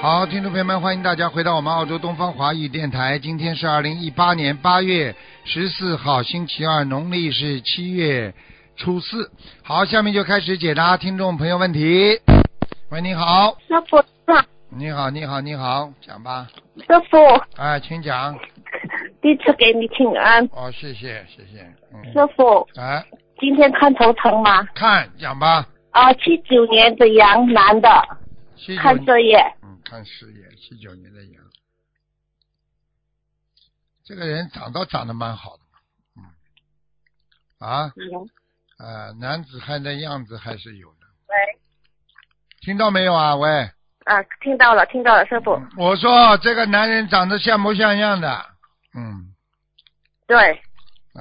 好，听众朋友们，欢迎大家回到我们澳洲东方华语电台。今天是二零一八年八月十四号，星期二，农历是七月初四。好，下面就开始解答听众朋友问题。喂，你好，师傅，你好，你好，你好，讲吧。师傅，哎，请讲。弟子给你请安。哦，谢谢，谢谢。嗯。师傅，哎，今天看头疼吗？看，讲吧。啊，七九年的羊，男的，谢谢看你。这页，嗯，看事业，七九年的羊。这个人长倒长得蛮好的嘛，嗯，啊，嗯，呃，男子汉的样子还是有的，喂，听到没有啊？喂，啊，听到了，听到了，师傅，嗯我说这个男人长得像模像样的，嗯，对，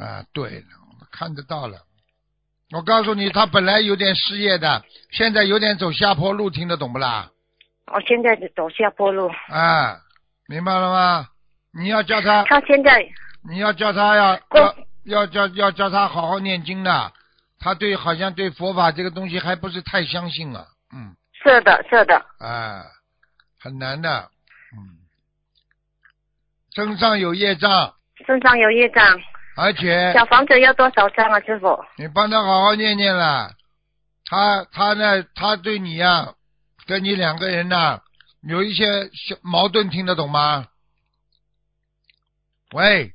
啊，对的，我看得到了。我告诉你，他本来有点失业的，现在有点走下坡路，听得懂不啦？我现在走下坡路，啊，明白了吗？你要叫他，他现在你要叫他要要对要叫要叫他好好念经的，他对好像对佛法这个东西还不是太相信啊，嗯，是的，是的，啊，很难的，嗯，身上有业障，身上有业障，而且小房子要多少张啊，师傅？你帮他好好念念啦，他他呢，他对你呀、跟你两个人呐、有一些小矛盾，听得懂吗？喂，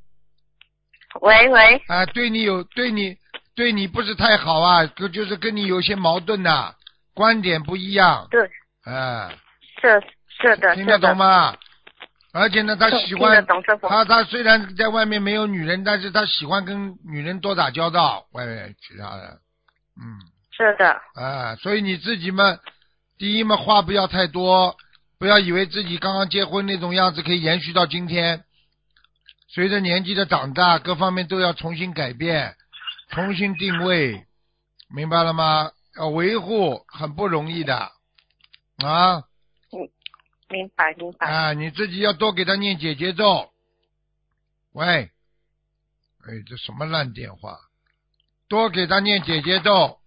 喂喂，啊，对你有对你对你不是太好啊，就就是跟你有些矛盾呐、观点不一样，对，啊，是是的，听得是的懂？吗？而且呢，他听喜听得欢懂，师傅，他他虽然在外面没有女人，但是他喜欢跟女人多打交道，外面其他的，嗯是的，啊，所以你自己嘛，第一嘛话不要太多，不要以为自己刚刚结婚那种样子可以延续到今天。随着年纪的长大，各方面都要重新改变，重新定位，明白了吗？要维护很不容易的啊明白明白，啊！你自己要多给他念姐姐咒。喂，哎，这什么烂电话？多给他念姐姐咒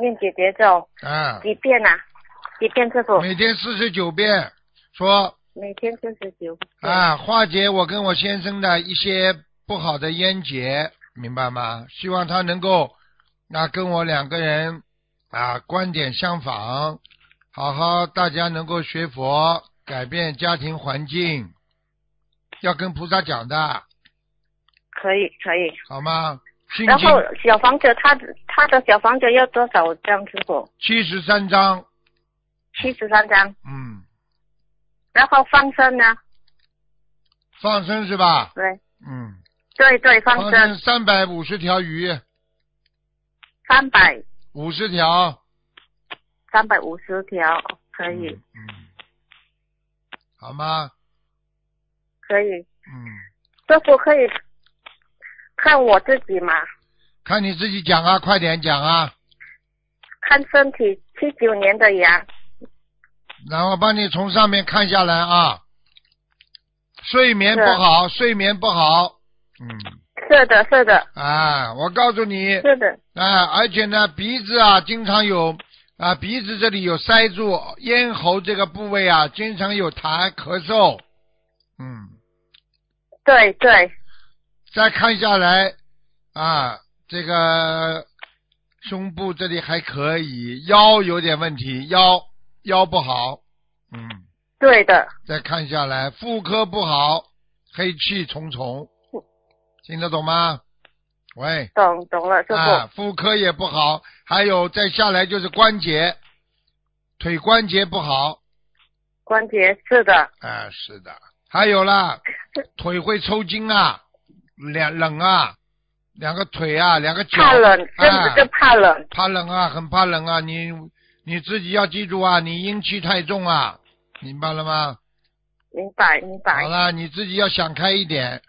念姐姐咒啊！几遍啊？几遍，师傅？每天四十九遍，说每天四十九。啊，化解我跟我先生的一些不好的冤结，明白吗？希望他能够啊跟我两个人啊观点相仿，好好大家能够学佛，改变家庭环境，要跟菩萨讲的可以可以。好吗？心然经后小房子，他他的小房子要多少张师傅？七十三章，七十三张。嗯，然后放生呢？放生是吧？对嗯，对对，放放生生三百五十条鱼，三百五十条。三百五十条，可以、嗯，嗯好吗？可以。嗯，师傅可以看我自己嘛？看你自己讲啊，快点讲啊，看身体，七九年的羊，然后帮你从上面看下来啊。睡眠不是好，睡眠不好。嗯，是的，是的，啊，我告诉你，是的，啊，而且呢，鼻子啊，经常有啊，鼻子这里有塞住，咽喉这个部位啊，经常有痰咳嗽。嗯，对对，再看下来啊，这个胸部这里还可以，腰有点问题，腰腰不好，嗯，对的，再看下来妇科不好，黑气重重，听得懂吗？喂，懂懂了，师傅、啊，妇科也不好，还有再下来就是关节，腿关节不好，关节是的，啊，是的，还有 啦，腿会抽筋啊，两冷啊，两个腿啊，两个脚怕冷，真啊的是怕冷，怕冷啊，很怕冷啊，你你自己要记住啊，你阴气太重啊，明白了吗？明白明白好，了，你自己要想开一点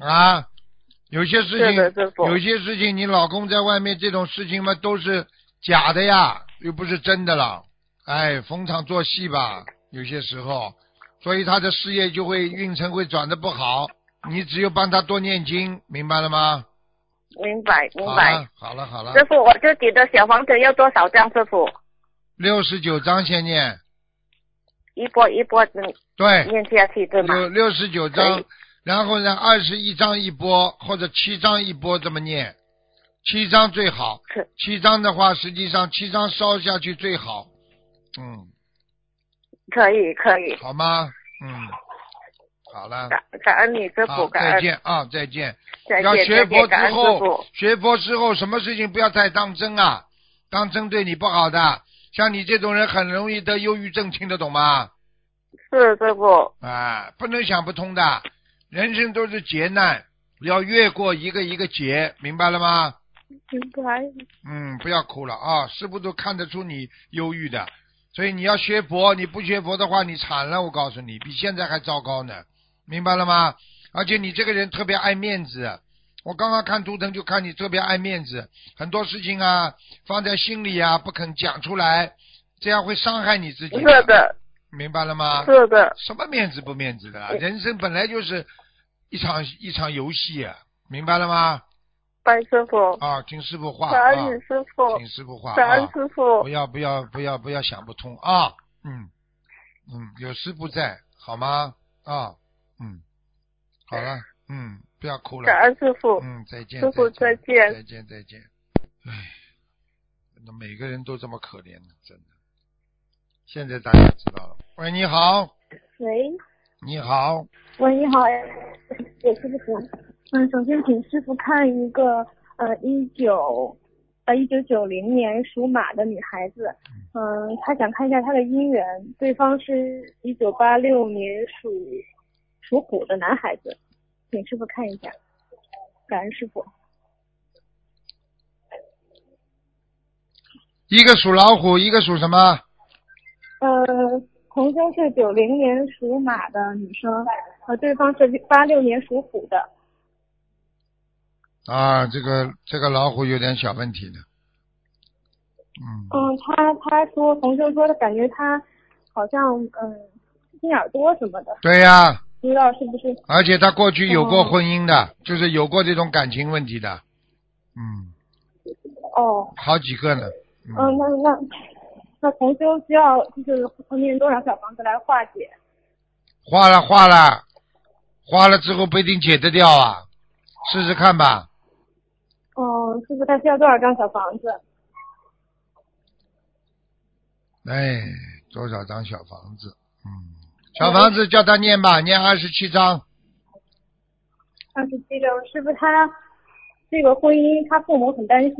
啊，有些事是的，情，师傅，有些事情，你老公在外面这种事情嘛都是假的呀，又不是真的了，哎，逢场作戏吧，有些时候，所以他的事业就会运程会转的不好，你只有帮他多念经，明白了吗？明白明好白。了，好了，好了，师傅，我自己的小房子要多少张？师傅，六十九章先念。一波一波的对，念下去，对吗？有六十九可章以，然后呢，二十一章一波或者七章一波这么念，七章最好是。七章的话，实际上七章烧下去最好，嗯，可以，可以。好吗？嗯，好了，感感恩你师啊好傅，，感再恩，见啊，再见。再要见，学再佛见，之感恩师后傅。，学佛之后什么事情不要太当真啊，当真对你不好的。像你这种人很容易得忧郁症，听得懂吗？是师傅，啊，不能想不通的，人生都是劫难，要越过一个一个劫，明白了吗？明白。嗯，不要哭了啊，师傅都看得出你忧郁的，所以你要学佛，你不学佛的话，你惨了，我告诉你，比现在还糟糕呢，明白了吗？而且你这个人特别爱面子，我刚刚看图腾就看你特别爱面子，很多事情啊放在心里啊不肯讲出来，这样会伤害你自己，是的，明白了吗？是的，什么面子不面子的啦？嗯人生本来就是一场一场游戏啊，明白了吗？拜师傅，啊，听师傅话感啊，恩你师傅，听师傅话感恩啊，师傅不。要不要不要不要想不通啊，嗯嗯，有师傅在，好吗？啊，嗯，好了，嗯，不要哭感了，恩师傅，嗯，再见，师傅再再见再见，再见。唉，那每个人都这么可怜呢，真的。现在大家知道了。喂，你好，喂，你好，喂，你好，也是不是？嗯，首先请师傅看一个呃一九呃一九九零年属马的女孩子，嗯，她想看一下她的姻缘，对方是一九八六年属属虎的男孩子，请师傅看一下，感恩师傅，一个属老虎，一个属什么？呃。同修是九零年属马的女生，呃，对方是八六年属虎的，啊，这个这个老虎有点小问题的，嗯，嗯，他他说冯生说的感觉他好像嗯心眼儿多什么的，对呀、不知道是不是？而且他过去有过哦婚姻的，就是有过这种感情问题的，嗯，哦，好几个呢，嗯，嗯，那那那冯修需要就是念多少小房子来化解？花了花了，花了之后不一定解得掉啊，试试看吧，嗯，师傅他需要多少张小房子？哎，多少张小房子，嗯，小房子叫他念嗯吧，念二十七章，二十七张。师傅他这个婚姻，他父母很担心，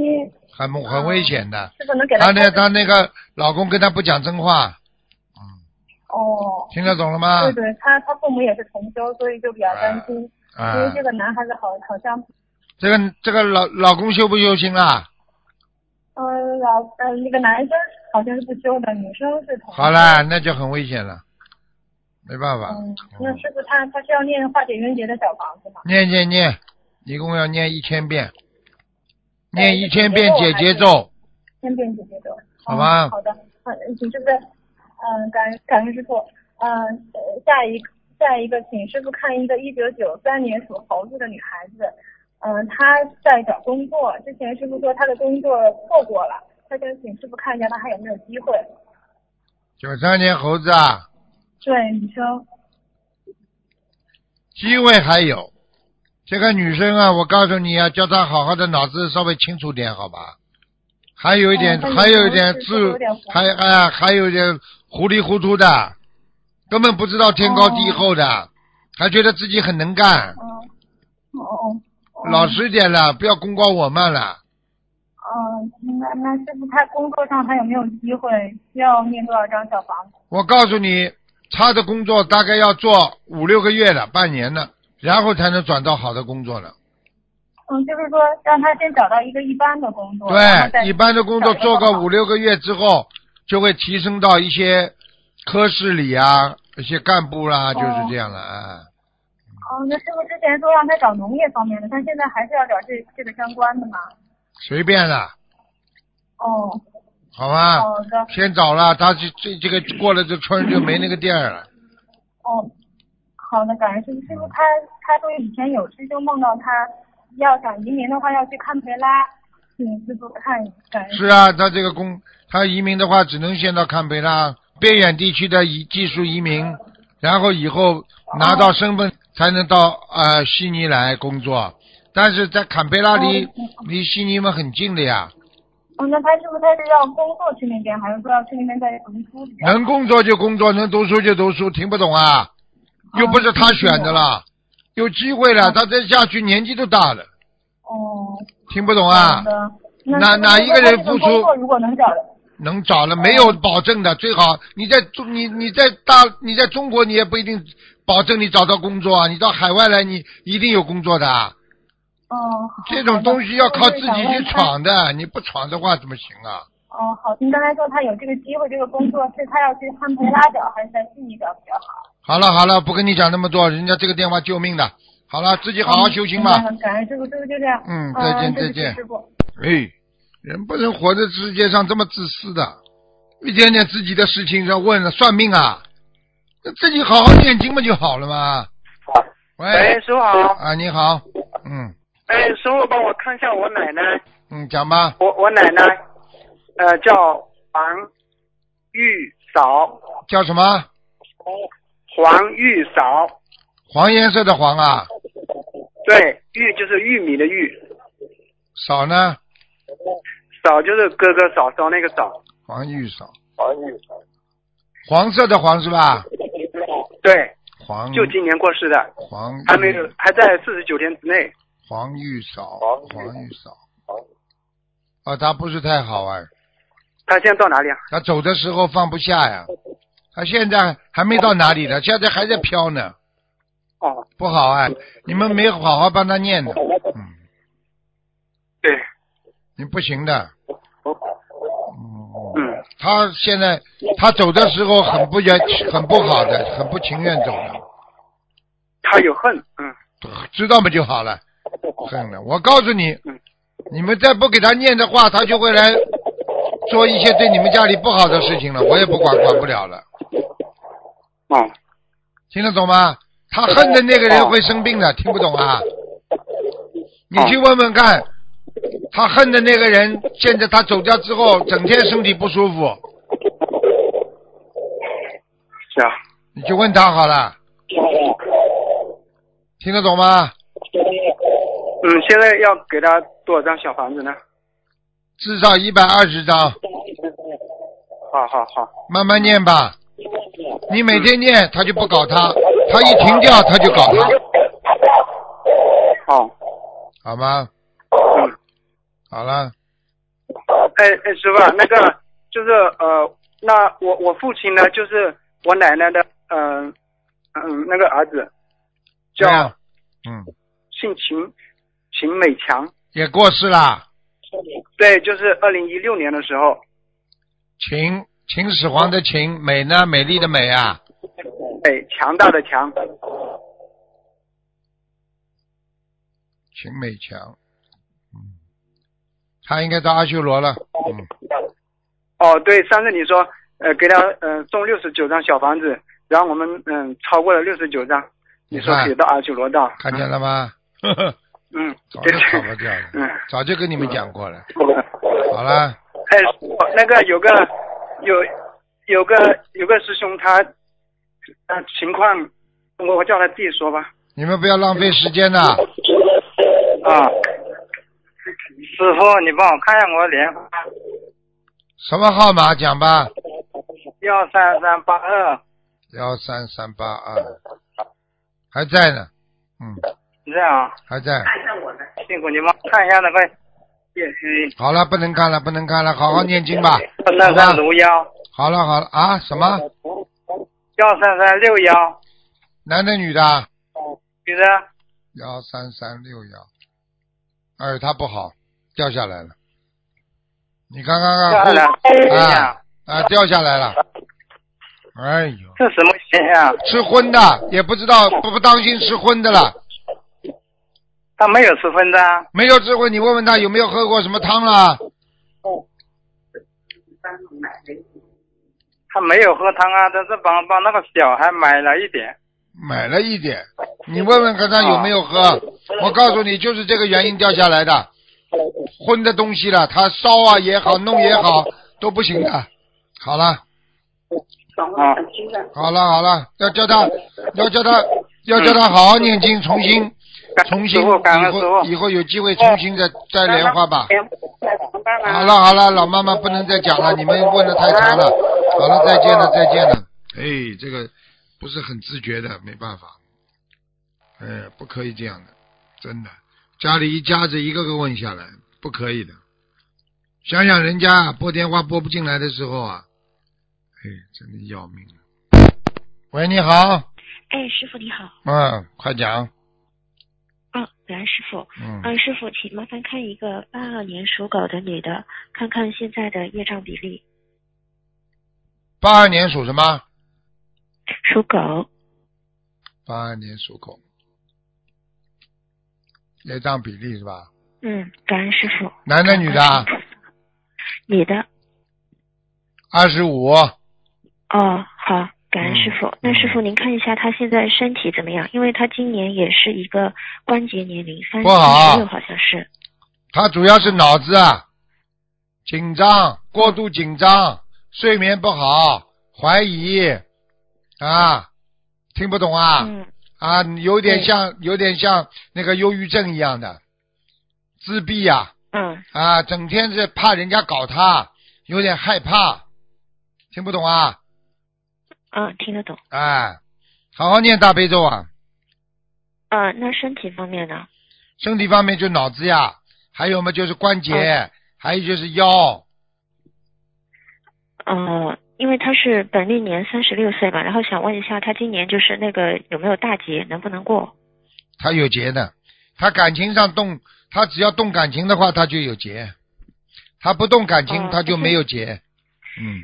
很很危险的，师傅能给他他那他那个老公跟他不讲真话，哦，听得懂了吗？对对，他他父母也是同修，所以就比较担心，因为啊这，个男孩子好好像这个这个老老公修不修心啊嗯啦？呃，老呃，那个男生好像是不修的，女生是同。好啦，那就很危险了，没办法。嗯，那师傅他他是要念化解冤结的小房子吗？念念念，一共要念一千遍，念一解千结遍咒解还结是咒，先辩解结咒。好吧嗯好的，嗯，请师傅，嗯，感恩感恩师傅，嗯，呃下一个下一个，请师傅看一个一九九三年属猴子的女孩子，嗯，她在找工作，之前师傅说她的工作错过了，她想请师傅看一下她还有没有机会。九三年猴子啊，对，女生，机会还有。这个女生啊，我告诉你啊，叫她好好的脑子稍微清楚点，好吧？还有一点，嗯还有一点她有时候自有点糊，还哎呀、还有一点糊里糊涂的，根本不知道天高地哦厚的，还觉得自己很能干。嗯，哦哦。哦老实点了，不要功高我慢了。嗯，那那师傅他工作上还有没有机会？需要念多少张小房子？我告诉你，他的工作大概要做五六个月了，半年了，然后才能转到好的工作了。嗯，就是说让他先找到一个一般的工作，哦然后再对，一般的工作找一做个个好五六个月之后，就会提升到一些科室里啊，一些干部啦、就是这样了啊。哦，那师傅之前说让他找农业方面的，但现在还是要找这这个相关的嘛？随便啦，哦，好吧？好的，先找了，他这这这个过了这村就没那个店儿了。哦，好的，感恩师傅。师傅他他说以前有师兄梦到他要想移民的话要去堪培拉，请师傅看感恩。是啊，他这个工，他移民的话只能先到堪培拉，边远地区的移技术移民，然后以后拿到身份才能到呃悉尼来工作。但是在坎培拉离离悉尼们很近的呀，哦，那他是不是他是要工作去那边，还是说要去那边再读书？能工作就工作，能读书就读书，听不懂啊？ 又不是哦他选的啦，有机会了，他再下去年纪都大了，哦，听不懂好啊？的。哪哪一个人付付出工作如果能找的，能找了没有保证的，最好你在中你你在大你在中国你也不一定保证你找到工作啊，你到海外来你一定有工作的啊，哦，好这种东西要靠自己去。好的闯的，你不闯的话怎么行啊？我就是想问他哦，好，您刚才说他有这个机会，这个工作是他要去汉培拉找，还是在悉尼找比较好？好了好了，不跟你讲那么多，人家这个电话救命的。好哦了，自己好好修行吧。嗯感恩师傅，师傅就这样。嗯再见对不起再见师傅。哎，人不能活在世界上这么自私的，一点点自己的事情要问了算命啊，那自己好好念经不就好了吗？喂喂，，师傅好。啊，你好，嗯哎，师傅帮我看一下我奶奶，嗯，讲吧，我我奶奶，呃，叫黄玉嫂，叫什么？黄玉嫂，黄颜色的黄啊，对，玉就是玉米的玉，少呢？嫂就是哥哥嫂嫂那个嫂，黄玉少，黄色的黄是吧？对，黄就今年过世的，黄还没有，还在四十九天之内。黄玉嫂，黄玉嫂，啊，他不是太好哎、他现在到哪里啊？他走的时候放不下呀，他现在还没到哪里呢，现在还在飘呢，哦，不好啊！你们没好好帮他念呢，嗯，对，哦你不行的。嗯，嗯，他现在他走的时候很不愿、很不好的，很不情愿走的，他有恨，嗯，知道吗就好了。恨了，我告诉你嗯，你们再不给他念的话，他就会来做一些对你们家里不好的事情了，我也不管，管不了了。哦，听得懂吗？他恨的那个人会生病的，听不懂啊？你去问问看，他恨的那个人，现在他走掉之后，整天身体不舒服，是啊，你去问他好了，听得懂吗？嗯，现在要给他多少张小房子呢？至少一百二十张，好好好，慢慢念吧。你每天念，他就不搞他，他一停掉，他就搞他，好，好吗？嗯。好了，哎哎，师傅啊，那 个就是呃，那我我父亲呢，就是我奶奶的，嗯、嗯，那个儿哎子这叫样，嗯，姓秦，秦美强，也过世啦。对，就是二零一六年的时候，秦秦始皇的秦，美呢？美丽的美啊。哎，强大的强，秦美强，嗯，他应该到阿修罗了，嗯，哦，对，上次你说呃给他呃送六十九张小房子，然后我们嗯、超过了六十九张，你说你看可以到阿修罗道，看见了吗？呵呵，嗯， 早对就跑不对，掉了，嗯。 早就跟你们讲过了。好了，哎，师傅，那个有个有有个有个师兄他，呃，情况，我我叫他弟说吧。你们不要浪费时间呐。啊，师傅，你帮我看一下我莲花，什么号码讲吧？幺三三八二，幺三三八二，还在呢，嗯，这样，啊还在。辛苦你帮我看一下那个，也是好了，不能看了，不能看了，好好念经吧。幺三三六幺，好了好了啊，什么幺三三六幺，男的女的啊？女的，幺三三六幺，耳他不好，掉下来了。你看看漂看，亮，哎呀，啊，掉下来了。哎呦，这什么现象？啊吃荤的也不知道不不当心吃荤的了，他没有吃分的啊，没有智慧，你问问他有没有喝过什么汤啦？哦他没有喝汤啊，他是帮帮那个小孩买了一点。买了一点，你问问看他有没有喝。我告诉你，就是这个原因掉下来的，荤的东西了，他烧啊也好，弄也好都不行的。好了，转哦化成经的。好了好了，要叫他，要叫他，要叫他好好念经，重新嗯感重新，师傅感以恩师嗯后傅以后有机会重新再再莲花吧。莲花吧好了好了，老妈妈不能再讲了，你们问的太长了。好了，再见了再见了。哎，这个不是很自觉的，没办法。哎，不可以这样的，真的，家里一家子一个个问下来，不可以的。想想人家拨电话拨不进来的时候啊，哎，真的要命了。喂，你好，哎，师傅你好，嗯，快讲，嗯，感恩师傅，嗯，嗯，师傅，请麻烦看一个八二年属狗的女的，看看现在的业障比例。八二年属什么？属狗，八二年属狗，业障比例是吧？嗯，感恩师傅，嗯男的女的啊？女的，二十五，哦，好，感恩嗯师傅。那师傅您看一下她现在身体怎么样？因为她今年也是一个关节年龄，三不好啊十六好像是，他主要是脑子啊，紧张，过度紧张，睡眠不好，怀疑啊，听不懂啊、嗯，啊，有点对像有点像那个忧郁症一样的，自闭呀嗯，啊整天是怕人家搞他，有点害怕，听不懂啊，嗯，听得懂。哎、好好念大悲咒啊，呃，那身体方面呢？身体方面就脑子呀，还有嘛就是关节，还有就是腰。呃，因为她是本命年三十六岁嘛，然后想问一下她今年就是那个有没有大劫，能不能过？他有结的，他感情上动，他只要动感情的话，他就有结；他不动感情，哦他就但是没有结。嗯，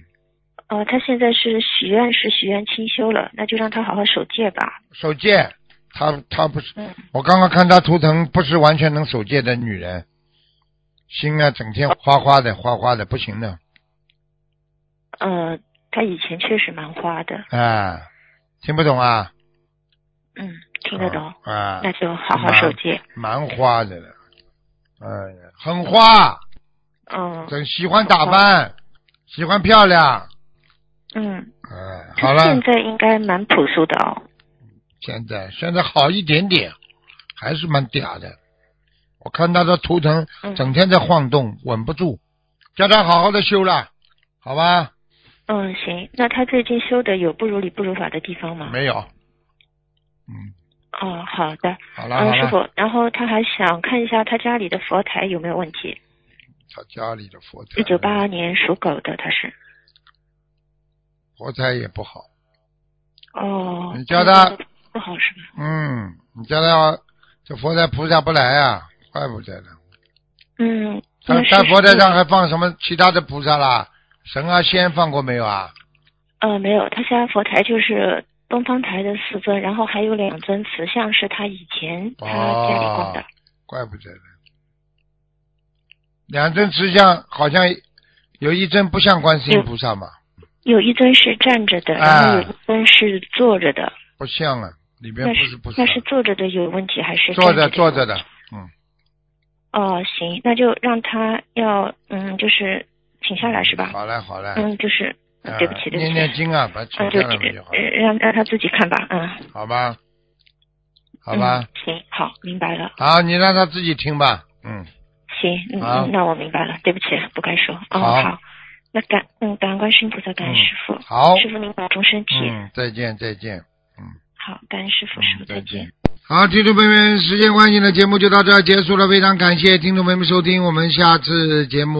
呃，他现在是许愿是许愿清修了，那就让他好好守戒吧。守戒，他他不是，嗯我刚刚看他图腾不是完全能守戒的女人，心啊整天花花的花花的不行的，呃，他以前确实蛮花的，啊，听不懂啊？嗯，听得懂，啊，那就好好守戒。蛮花的了，哎呀，很花，嗯很喜欢打扮，喜欢漂亮，嗯，哎，好他了。现在应该蛮朴素的哦。现在现在好一点点，还是蛮嗲的。我看他的图腾嗯整天在晃动，稳不住，叫他好好的修了，好吧？嗯，行，那他最近修的有不如理不如法的地方吗？没有，嗯，哦，好的，好了好嗯，师了，傅，然后他还想看一下他家里的佛台有没有问题。他家里的佛台，一九八二年属狗的，他是。佛台也不好，哦，你叫他不好是吧？嗯，你叫他这佛台菩萨不来啊，怪不得呢。嗯，他那是他佛台是上还放什么其他的菩萨啦？神啊仙放过没有啊？呃，没有，他家佛台就是东方台的四尊，然后还有两尊瓷像是他以前他啊家里供的。哦啊怪不得呢。两尊慈像好像有一尊不像观世音菩萨嘛，有一尊是站着的，啊然后有一尊是坐着的。不像啊，里边那不是是菩萨那，是坐着的有问题还是坐着着坐着的？，嗯，哦，行，那就让他要嗯，就是请下来是吧？好嘞好嘞，嗯，就是、啊对不起对念不念起，经啊，把请下嗯，就来不就好呃了，让让他自己看吧，嗯，好吧，好吧嗯，，行，好，明白了，好，你让他自己听吧，嗯，行，嗯，好嗯那我明白了，对不起，不该说，哦，好好，那感嗯感恩观世音菩萨，感恩嗯师傅，好，师傅您保重身体。嗯，再见再见。嗯好，感恩师傅，师傅再见。好，听众朋友们，时间关系呢，节目就到这儿结束了。非常感谢听众朋友们收听，我们下次节目。